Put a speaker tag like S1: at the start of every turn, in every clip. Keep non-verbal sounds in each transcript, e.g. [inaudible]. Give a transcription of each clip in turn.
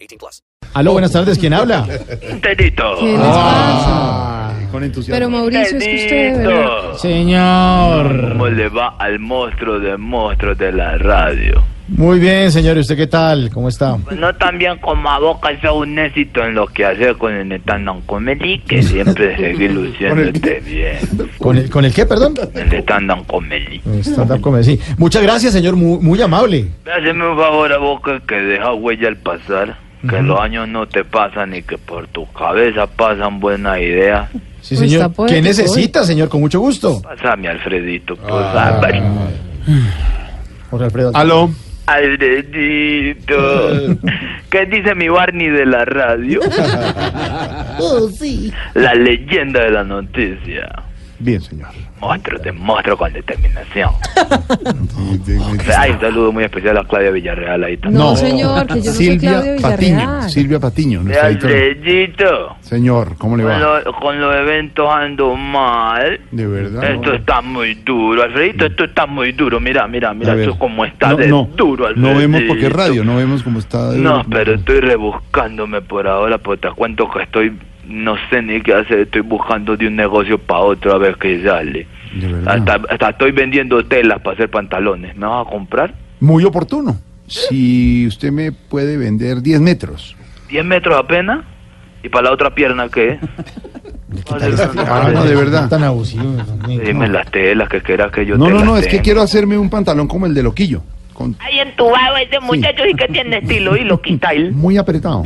S1: 18 plus.
S2: Aló, buenas tardes, ¿quién habla?
S3: ¿Qué
S4: Tenito.
S3: les pasa?
S2: Con entusiasmo.
S3: Pero Mauricio, es que usted de verdad.
S4: Tenito.
S2: Señor.
S4: ¿Cómo le va al monstruo de monstruos de la radio?
S2: Muy bien, señor, ¿y usted qué tal? ¿Cómo está?
S4: Pues No tan bien como a Boca, es un éxito en lo que hace con el Netanyahu Comeli, que siempre sigue luciéndote bien.
S2: ¿Con el, con el qué, perdón?
S4: El Netanyahu Comeli.
S2: Stand-up comedy. Sí. Muchas gracias, señor, muy, muy amable.
S4: Hazme un favor a Boca que deja huella al pasar, que los años no te pasan y que por tu cabeza pasan buenas ideas.
S2: Sí,
S3: Uy,
S2: señor.
S3: Pues está poético,
S2: ¿Qué necesita, señor? Con mucho gusto.
S4: Pásame, Alfredito, pues, a ver.
S2: Jorge Alfredo.
S5: Aló,
S4: Alfredito.
S5: [laughs]
S4: ¿Qué dice mi Barney de la radio?
S3: Oh, sí.
S4: La leyenda de la noticia.
S5: bien señor.
S4: Monstruo, te monstruo con determinación. Hay un saludo muy especial a Claudia Villarreal ahí también.
S3: No,
S2: No.
S3: señor, que yo no soy Claudio
S5: Silvia Patiño,
S3: Villarreal.
S5: Silvia Patiño, nuestra editora.
S4: Alfredito,
S5: Señor, ¿cómo le
S4: con,
S5: va?
S4: lo- con los eventos ando mal.
S5: De verdad.
S4: Esto
S5: no.
S4: está muy duro, Alfredito, esto está muy duro. Mira, mira, mira,
S5: A ver.
S4: esto cómo está
S5: No,
S4: de
S5: no,
S4: duro, Alfredito.
S5: No vemos porque es radio, no vemos cómo está. de-
S4: No, pero estoy rebuscándome por ahora, porque te cuento que estoy, no sé ni qué hacer, estoy buscando de un negocio para otro a ver qué sale.
S5: De verdad.
S4: Hasta, hasta estoy vendiendo telas para hacer pantalones. ¿Me vas a comprar?
S5: Muy oportuno. Si usted me puede vender 10 metros.
S4: ¿10 metros apenas? ¿Y para la otra pierna
S5: [laughs]
S4: qué?
S5: Ah, no, de verdad.
S2: Tan abusivo. también,
S4: Dime
S2: ¿no?
S4: las telas que quieras que yo
S5: No,
S4: te
S5: no,
S4: las
S5: no, es que
S4: tenga.
S5: quiero hacerme un pantalón como el de Loquillo. con-
S4: Ay, entubado ese muchacho sí que tiene estilo ¿eh? y lo quita
S5: [laughs]
S4: él.
S5: muy apretado.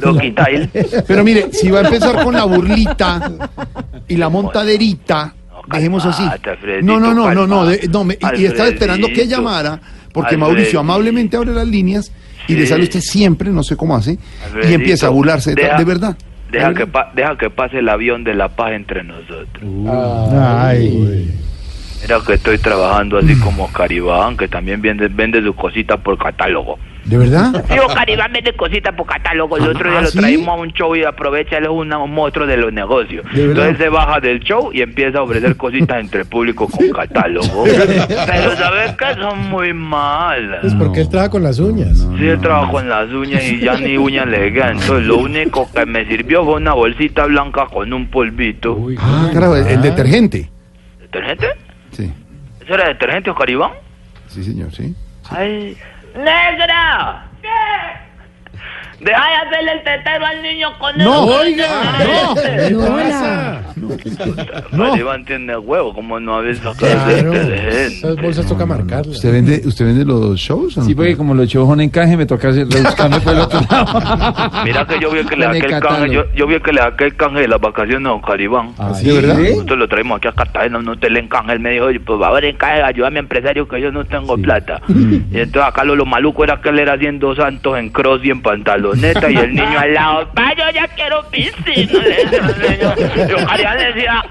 S4: Lo quita él.
S5: Pero mire, si va a empezar con la burlita y la montaderita,
S4: No,
S5: dejemos así.
S4: calmate, Alfredito,
S5: No, no, no, no, no, de- no, me- y, y
S4: Alfredito.
S5: estaba esperando que llamara, porque Mauricio
S4: Alfredito.
S5: amablemente abre las líneas y le
S4: Sí.
S5: sale usted siempre, no sé cómo hace, y
S4: Alfredito,
S5: empieza a burlarse de,
S4: deja-
S5: de verdad.
S4: Deja
S5: De
S4: que,
S5: verdad.
S4: pa- deja que pase el avión de la paz entre nosotros.
S2: Ay.
S4: Mira que estoy trabajando
S5: Mm.
S4: así como Caribán, que también vende, vende sus cositas por catálogo.
S5: ¿De verdad?
S4: Digo, Caribán vende cositas por catálogo. El otro día
S5: Ah,
S4: lo
S5: ¿sí?
S4: traímos a un show y aprovecha, él es una- un monstruo de los negocios.
S5: ¿De verdad?
S4: Entonces se baja del show y empieza a ofrecer cositas entre el público con
S5: [laughs]
S4: catálogo. Pero sabes que son muy malas.
S2: porque Pues, él trabaja con las uñas.
S4: Sí, yo trabajo en las uñas y ya ni uñas le quedan. Entonces, lo único que me sirvió fue una bolsita blanca con un polvito.
S5: Ah, claro, el, el detergente.
S4: ¿Detergente?
S5: Sí,
S4: ¿Eso era detergente o caribán?
S5: sí, señor, sí.
S4: ¡Ay! ¡Negra! Deja de hacerle el tetero al niño con
S5: No, oiga, no.
S3: No, la-
S4: No. Iván tiene huevo, como no habéis sacado
S2: Claro.
S4: el detergente?
S2: Esas bolsas toca marcarlas.
S5: ¿Usted vende, usted vende los shows? o no?
S6: Sí, porque como lo echó en encaje, me toca hacer- rebuscarme por el otro lado.
S4: Mira que yo vi que le
S6: En el
S4: saqué el canje,
S6: catálogo.
S4: yo, yo vi que le saqué el canje de las vacaciones a don Caribán.
S5: Ah, ¿De verdad?
S4: Nosotros lo traemos aquí a Cartagena, un hotel en Canje. Él me dijo, por favor, en Canje, ayúdame, empresario, que yo no tengo plata.
S5: [laughs] Mm.
S4: Y entonces acá lo, lo maluco era que él era haciendo santos en cross y en pantaloneta. y el niño al lado, pa, yo ya quiero piscina. Le decía al niño. Yo, Carián le decía,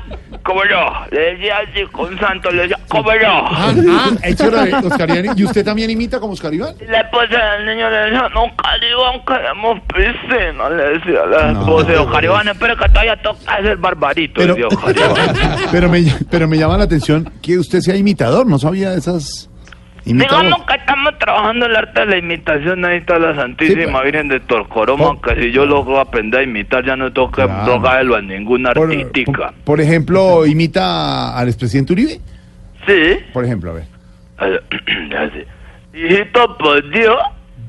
S4: ¿cómo no? Le decía así con santos, le decía, ¿cómo no?
S5: Ah, ah, eso era de Oscar Iván. ¿Y usted también imita como Oscar Iván?
S4: La esposa del niño le decía, no, Caribán, queremos piscina, le decía la esposa. de Don Caribán, espera que todavía toca ser barbarito. [laughs]
S5: Pero,
S4: decía Don Caribán.
S5: pero, me, pero me llama la atención que usted sea imitador, no sabía de esas... imitadoras.
S4: Digamos que estamos trabajando el arte de la imitación, ahí está la Santísima
S5: Sí, pues.
S4: Virgen de Torcoroma,
S5: Por-
S4: que si yo logro aprender a imitar ya no tengo que
S5: Claro.
S4: rogarlo a ninguna
S5: Por,
S4: artística.
S5: por- por ejemplo, imita al expresidente Uribe.
S4: Sí.
S5: Por ejemplo, a ver.
S4: [clears throat] Eh, así. Hijito, por Dios.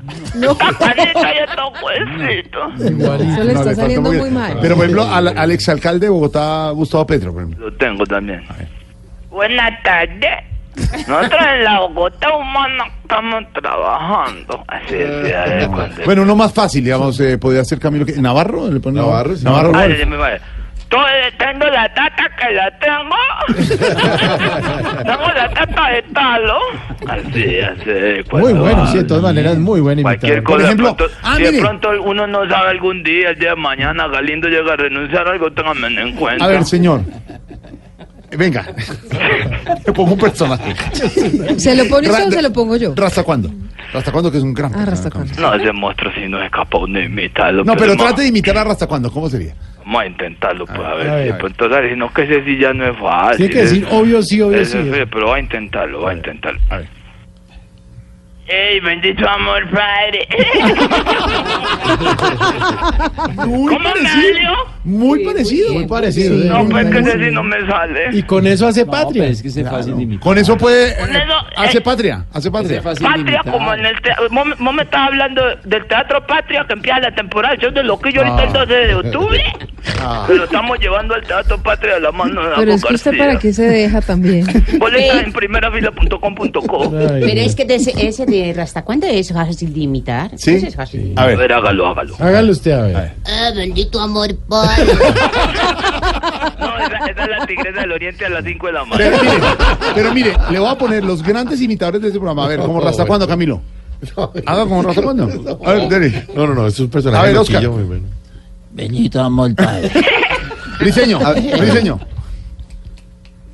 S4: [laughs]
S3: No,
S4: Cacanita y estos huesitos.
S3: eso le
S5: No,
S3: está
S5: falta
S3: saliendo
S5: bien.
S3: muy mal.
S5: Pero, por ejemplo, al, al exalcalde de Bogotá, Gustavo Petro, por ejemplo.
S4: Lo tengo también.
S5: ver.
S4: Buenas tardes. Nosotros en la Bogotá humana estamos trabajando. Así
S5: Eh,
S4: decía él cuando-
S5: Bueno, uno más fácil, digamos, eh, podría ser Camilo. que- ¿Navarro? ¿Le pone Navarro? Navarro.
S4: Ah,
S5: Navarro.
S4: sí, mi madre. Entonces tengo la data que la tengo.
S5: [laughs]
S4: tengo la data de talo. Así, así. cuando
S5: Muy bueno,
S4: hablo.
S5: sí, de todas maneras, muy buen
S4: Cualquier
S5: imitador.
S4: cosa,
S5: Por ejemplo,
S4: de pronto,
S5: ah,
S4: si de
S5: mire,
S4: pronto uno no sabe algún día, el día de mañana, Galindo llega a renunciar a algo, ténganme en cuenta.
S5: a ver, señor. Venga, le pongo un personaje.
S3: ¿Se lo pone usted o
S5: Ra-
S3: se lo pongo yo?
S5: ¿Rasta cuándo? ¿Rasta cuándo? Que es un gran.
S3: Ah,
S5: personaje.
S3: Rastacuando.
S4: No, ese monstruo si no es capaz de imitarlo.
S5: No, pero
S4: vamos-
S5: trate Ah, de imitar a Rasta cuándo. ¿Cómo sería?
S4: Vamos a intentarlo, pues, a ver.
S2: a
S4: si de
S2: ver.
S4: pronto sale, si no, que ese sí ya no es fácil.
S2: Tiene que decir
S4: es-
S2: obvio sí, obvio sí.
S4: Eso sí, pero va a intentarlo, va a intentarlo.
S5: A ver.
S4: ¡Ey, bendito amor,
S5: [laughs]
S4: padre!
S5: Muy
S4: ¿Cómo me salió?
S5: Muy parecido.
S2: Muy parecido. ¿eh?
S4: No, pues que
S2: Muy
S4: ese
S2: bueno.
S4: sí no me
S2: Y
S4: sale.
S2: con eso hace patria.
S6: es que se fácil de imitar.
S5: Con eso puede. eh,
S4: Con eso,
S5: hace
S4: eh.
S5: patria, hace
S6: Ese
S5: patria.
S6: es fácil de
S4: Patria,
S6: imitar.
S4: como en el teatro. Vos vos me estás hablando del teatro Patria que empieza la temporada. Yo de lo que yo
S5: Ah.
S4: ahorita el 12 de octubre. Pero estamos llevando al teatro Patria de la mano de
S3: Pero es que usted para qué se deja también.
S4: Boletas en primerafila.com.co.
S7: Pero es que de ese, ese de Rastacuando es fácil de imitar.
S5: ¿Sí?
S7: Ese es fácil de imitar.
S4: A
S5: A ver.
S4: ver, hágalo, hágalo.
S2: Hágalo usted a ver.
S7: Ah, bendito amor, padre.
S4: No, esa, esa es la tigresa del oriente a las 5 de la
S5: Pero
S4: mañana.
S5: mire, pero mire, le voy a poner los grandes imitadores de este programa. A ver, como Rasta cuándo, Camilo. Haga como Rasta cuándo. A ver, Dele.
S8: No, no, no, es un personaje.
S5: A ver,
S8: loquillo
S5: Oscar.
S8: muy bueno.
S9: Bendito amor, padre.
S5: Briseño, a ver, Briseño.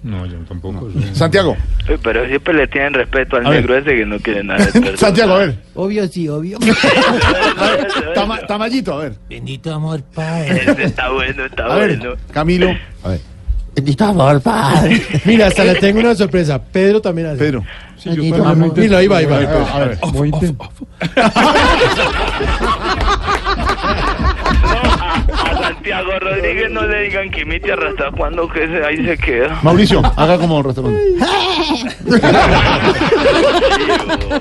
S6: No, yo tampoco.
S5: Santiago.
S4: Uy, pero siempre le tienen respeto al
S5: A ver.
S4: negro ese que no quiere nada. de persona.
S5: [laughs] Santiago, a ver.
S9: Obvio, sí, obvio.
S5: [laughs] A ver, [laughs] Tama- Tamayito, a ver.
S9: Bendito amor, padre.
S4: Ese está bueno, está
S5: A
S4: bueno.
S5: ver, Camilo. A ver,
S9: Bendito amor, padre.
S2: Mira, hasta le tengo una sorpresa. Pedro también hace.
S5: Pedro.
S9: Bendito amor.
S2: Mira, ahí va, ahí va.
S5: A ver.
S6: Voy a intentar.
S4: No, a, a Santiago Rodríguez no le digan que imite a Rasta cuando que se, ahí se queda.
S5: Mauricio, haga como Rasta cuándo.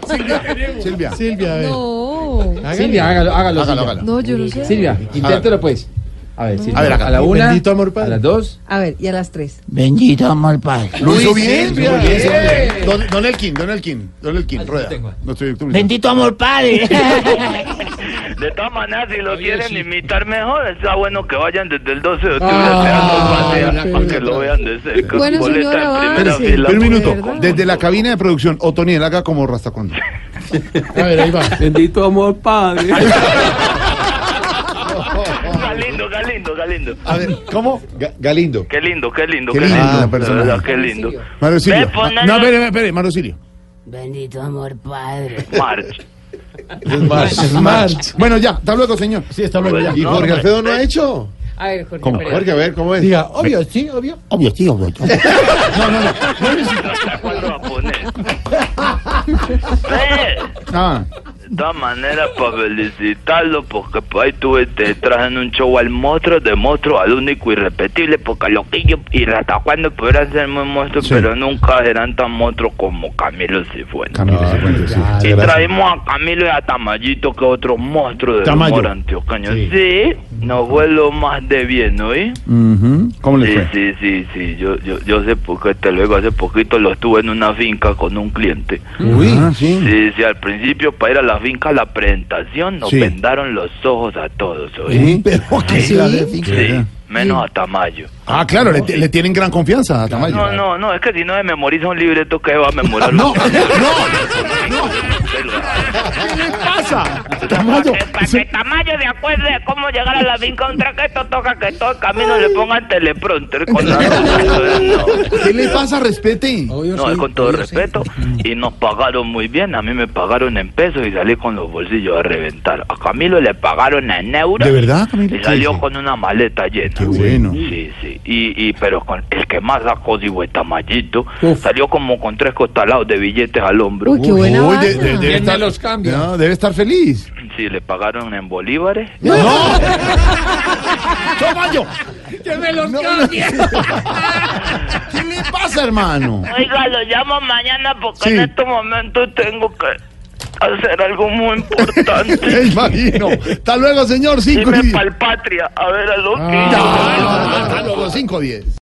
S5: [laughs] Silvia.
S2: Silvia, a ver.
S3: No.
S6: Silvia, hágalo, hágalo.
S5: Hágalo,
S6: Silvia.
S5: hágalo.
S3: No, yo no sé.
S6: Silvia, inténtelo pues. A ver, Silvia.
S5: A ver, acá.
S6: a la una,
S2: Bendito amor, padre.
S6: a las dos.
S3: A ver, y a las tres.
S9: Bendito amor, padre.
S5: Lo hizo bien. Muy bien, Silvia. Don, don Elkin, Don Elkin, Don Elkin, rueda. Nuestro director.
S9: Bendito amor, padre.
S4: De todas maneras, si lo quieren imitar mejor, está bueno que vayan desde el 12 de octubre
S5: Ah,
S4: a Teatro Patria, para que lo vean de cerca.
S3: Bueno,
S4: Boleta
S3: señor,
S4: en primera
S3: avance.
S4: fila.
S5: Pero un
S3: ¿De
S5: minuto,
S3: verdad?
S5: desde la cabina de producción, Otoniel, haga como Rasta cuándo.
S2: A ver, ahí va.
S9: Bendito amor, padre.
S4: Galindo, Galindo, Galindo.
S5: A ver, ¿cómo?
S8: Ga- Galindo.
S4: Qué lindo, qué lindo,
S5: Qué
S4: qué
S5: lindo, Ah,
S4: lindo.
S5: persona.
S4: de verdad, qué lindo.
S5: Mario Silio.
S4: Ve, pon
S5: No,
S4: el-
S5: no, espere, espere, Mario Silio.
S7: Bendito amor, padre.
S4: March.
S2: Smart.
S5: Bueno, ya, hasta luego, señor.
S2: Sí, está luego ya.
S8: ¿Y
S4: No,
S8: Jorge
S4: hombre.
S8: Alfredo no ha hecho?
S7: A ver, Jorge.
S5: ¿Cómo?
S7: Pérez.
S8: Jorge, a ver, ¿cómo es?
S2: Diga, obvio, sí, obvio.
S9: Obvio, sí, obvio.
S4: Hasta cuándo va a poner.
S5: [laughs]
S4: Ve.
S5: Ah,
S4: De todas maneras, para felicitarlo, porque pues, ahí tuve, te traje en un show al monstruo, de monstruo al único irrepetible, porque Loquillo y Ratacuando pudieran ser muy monstruos,
S5: Sí.
S4: pero nunca serán tan monstruos como Camilo Cifuentes.
S5: Camilo, sí, bueno, sí.
S2: ya,
S4: y
S5: gracias.
S4: traímos a Camilo y a Tamayito, que otro monstruo del
S5: Tamayo.
S4: humor antioqueño.
S2: Sí.
S4: Sí. nos fue lo más de bien, ¿oí?
S5: Ujú, ¿Cómo le
S4: Sí,
S5: fue?
S4: sí, sí, sí, yo, yo, yo sé porque te lo digo, hace poquito lo estuve en una finca con un cliente.
S5: Uy, sí.
S4: Sí, sí, al principio para ir a la finca a la presentación nos
S5: Sí.
S4: vendaron los ojos a todos, ¿oí?
S5: Sí, Pero qué
S3: sí?
S5: grave.
S4: Sí, menos a Tamayo.
S5: Ah, claro, le, le tienen gran confianza a Tamayo.
S4: No, no, no, es que si no me memoriza un libreto, ¿qué va a memorar?
S5: [laughs] No, no,
S4: usted?
S5: no. ¿Qué le
S4: [laughs]
S5: pasa? Tamayo.
S4: Para que Tamayo se acuerde de cómo llegar a la finca un traqueto, toca que todo el camino le pongan teleprompter. Con la- no,
S5: ¿Qué le pasa? Respete.
S4: no, es con todo respeto. Y nos pagaron muy bien. A mí me pagaron en pesos y salí con los bolsillos a reventar. A Camilo le pagaron en euros.
S5: ¿De verdad, Camilo?
S4: Y salió
S5: Sí, sí.
S4: con una maleta llena.
S5: Qué bueno.
S4: Sí, sí. Y, y pero con el que más sacó de Tamayito salió como con tres costalados de billetes al hombro.
S3: Uy, qué buena
S5: Uy, de-
S3: vaina.
S5: de- debe,
S6: ¿Quién me
S5: estar,
S6: los cambia?
S5: no, debe estar feliz.
S4: Sí, le pagaron en bolívares.
S5: ¡No! [laughs] ¡Tamayo! ¡Que me los cambie! [laughs] ¿Qué le pasa, hermano?
S4: Oiga, lo llamo mañana porque
S5: Sí.
S4: en estos momentos tengo que hacer algo muy
S5: [laughs] Me
S4: importante.
S5: imagino. Hasta luego, señor. Cinco
S4: Dime
S5: y diez. Ah.
S4: pa'l patria. A ver, a lo que...
S5: No, no, no, Hasta luego, cinco y diez.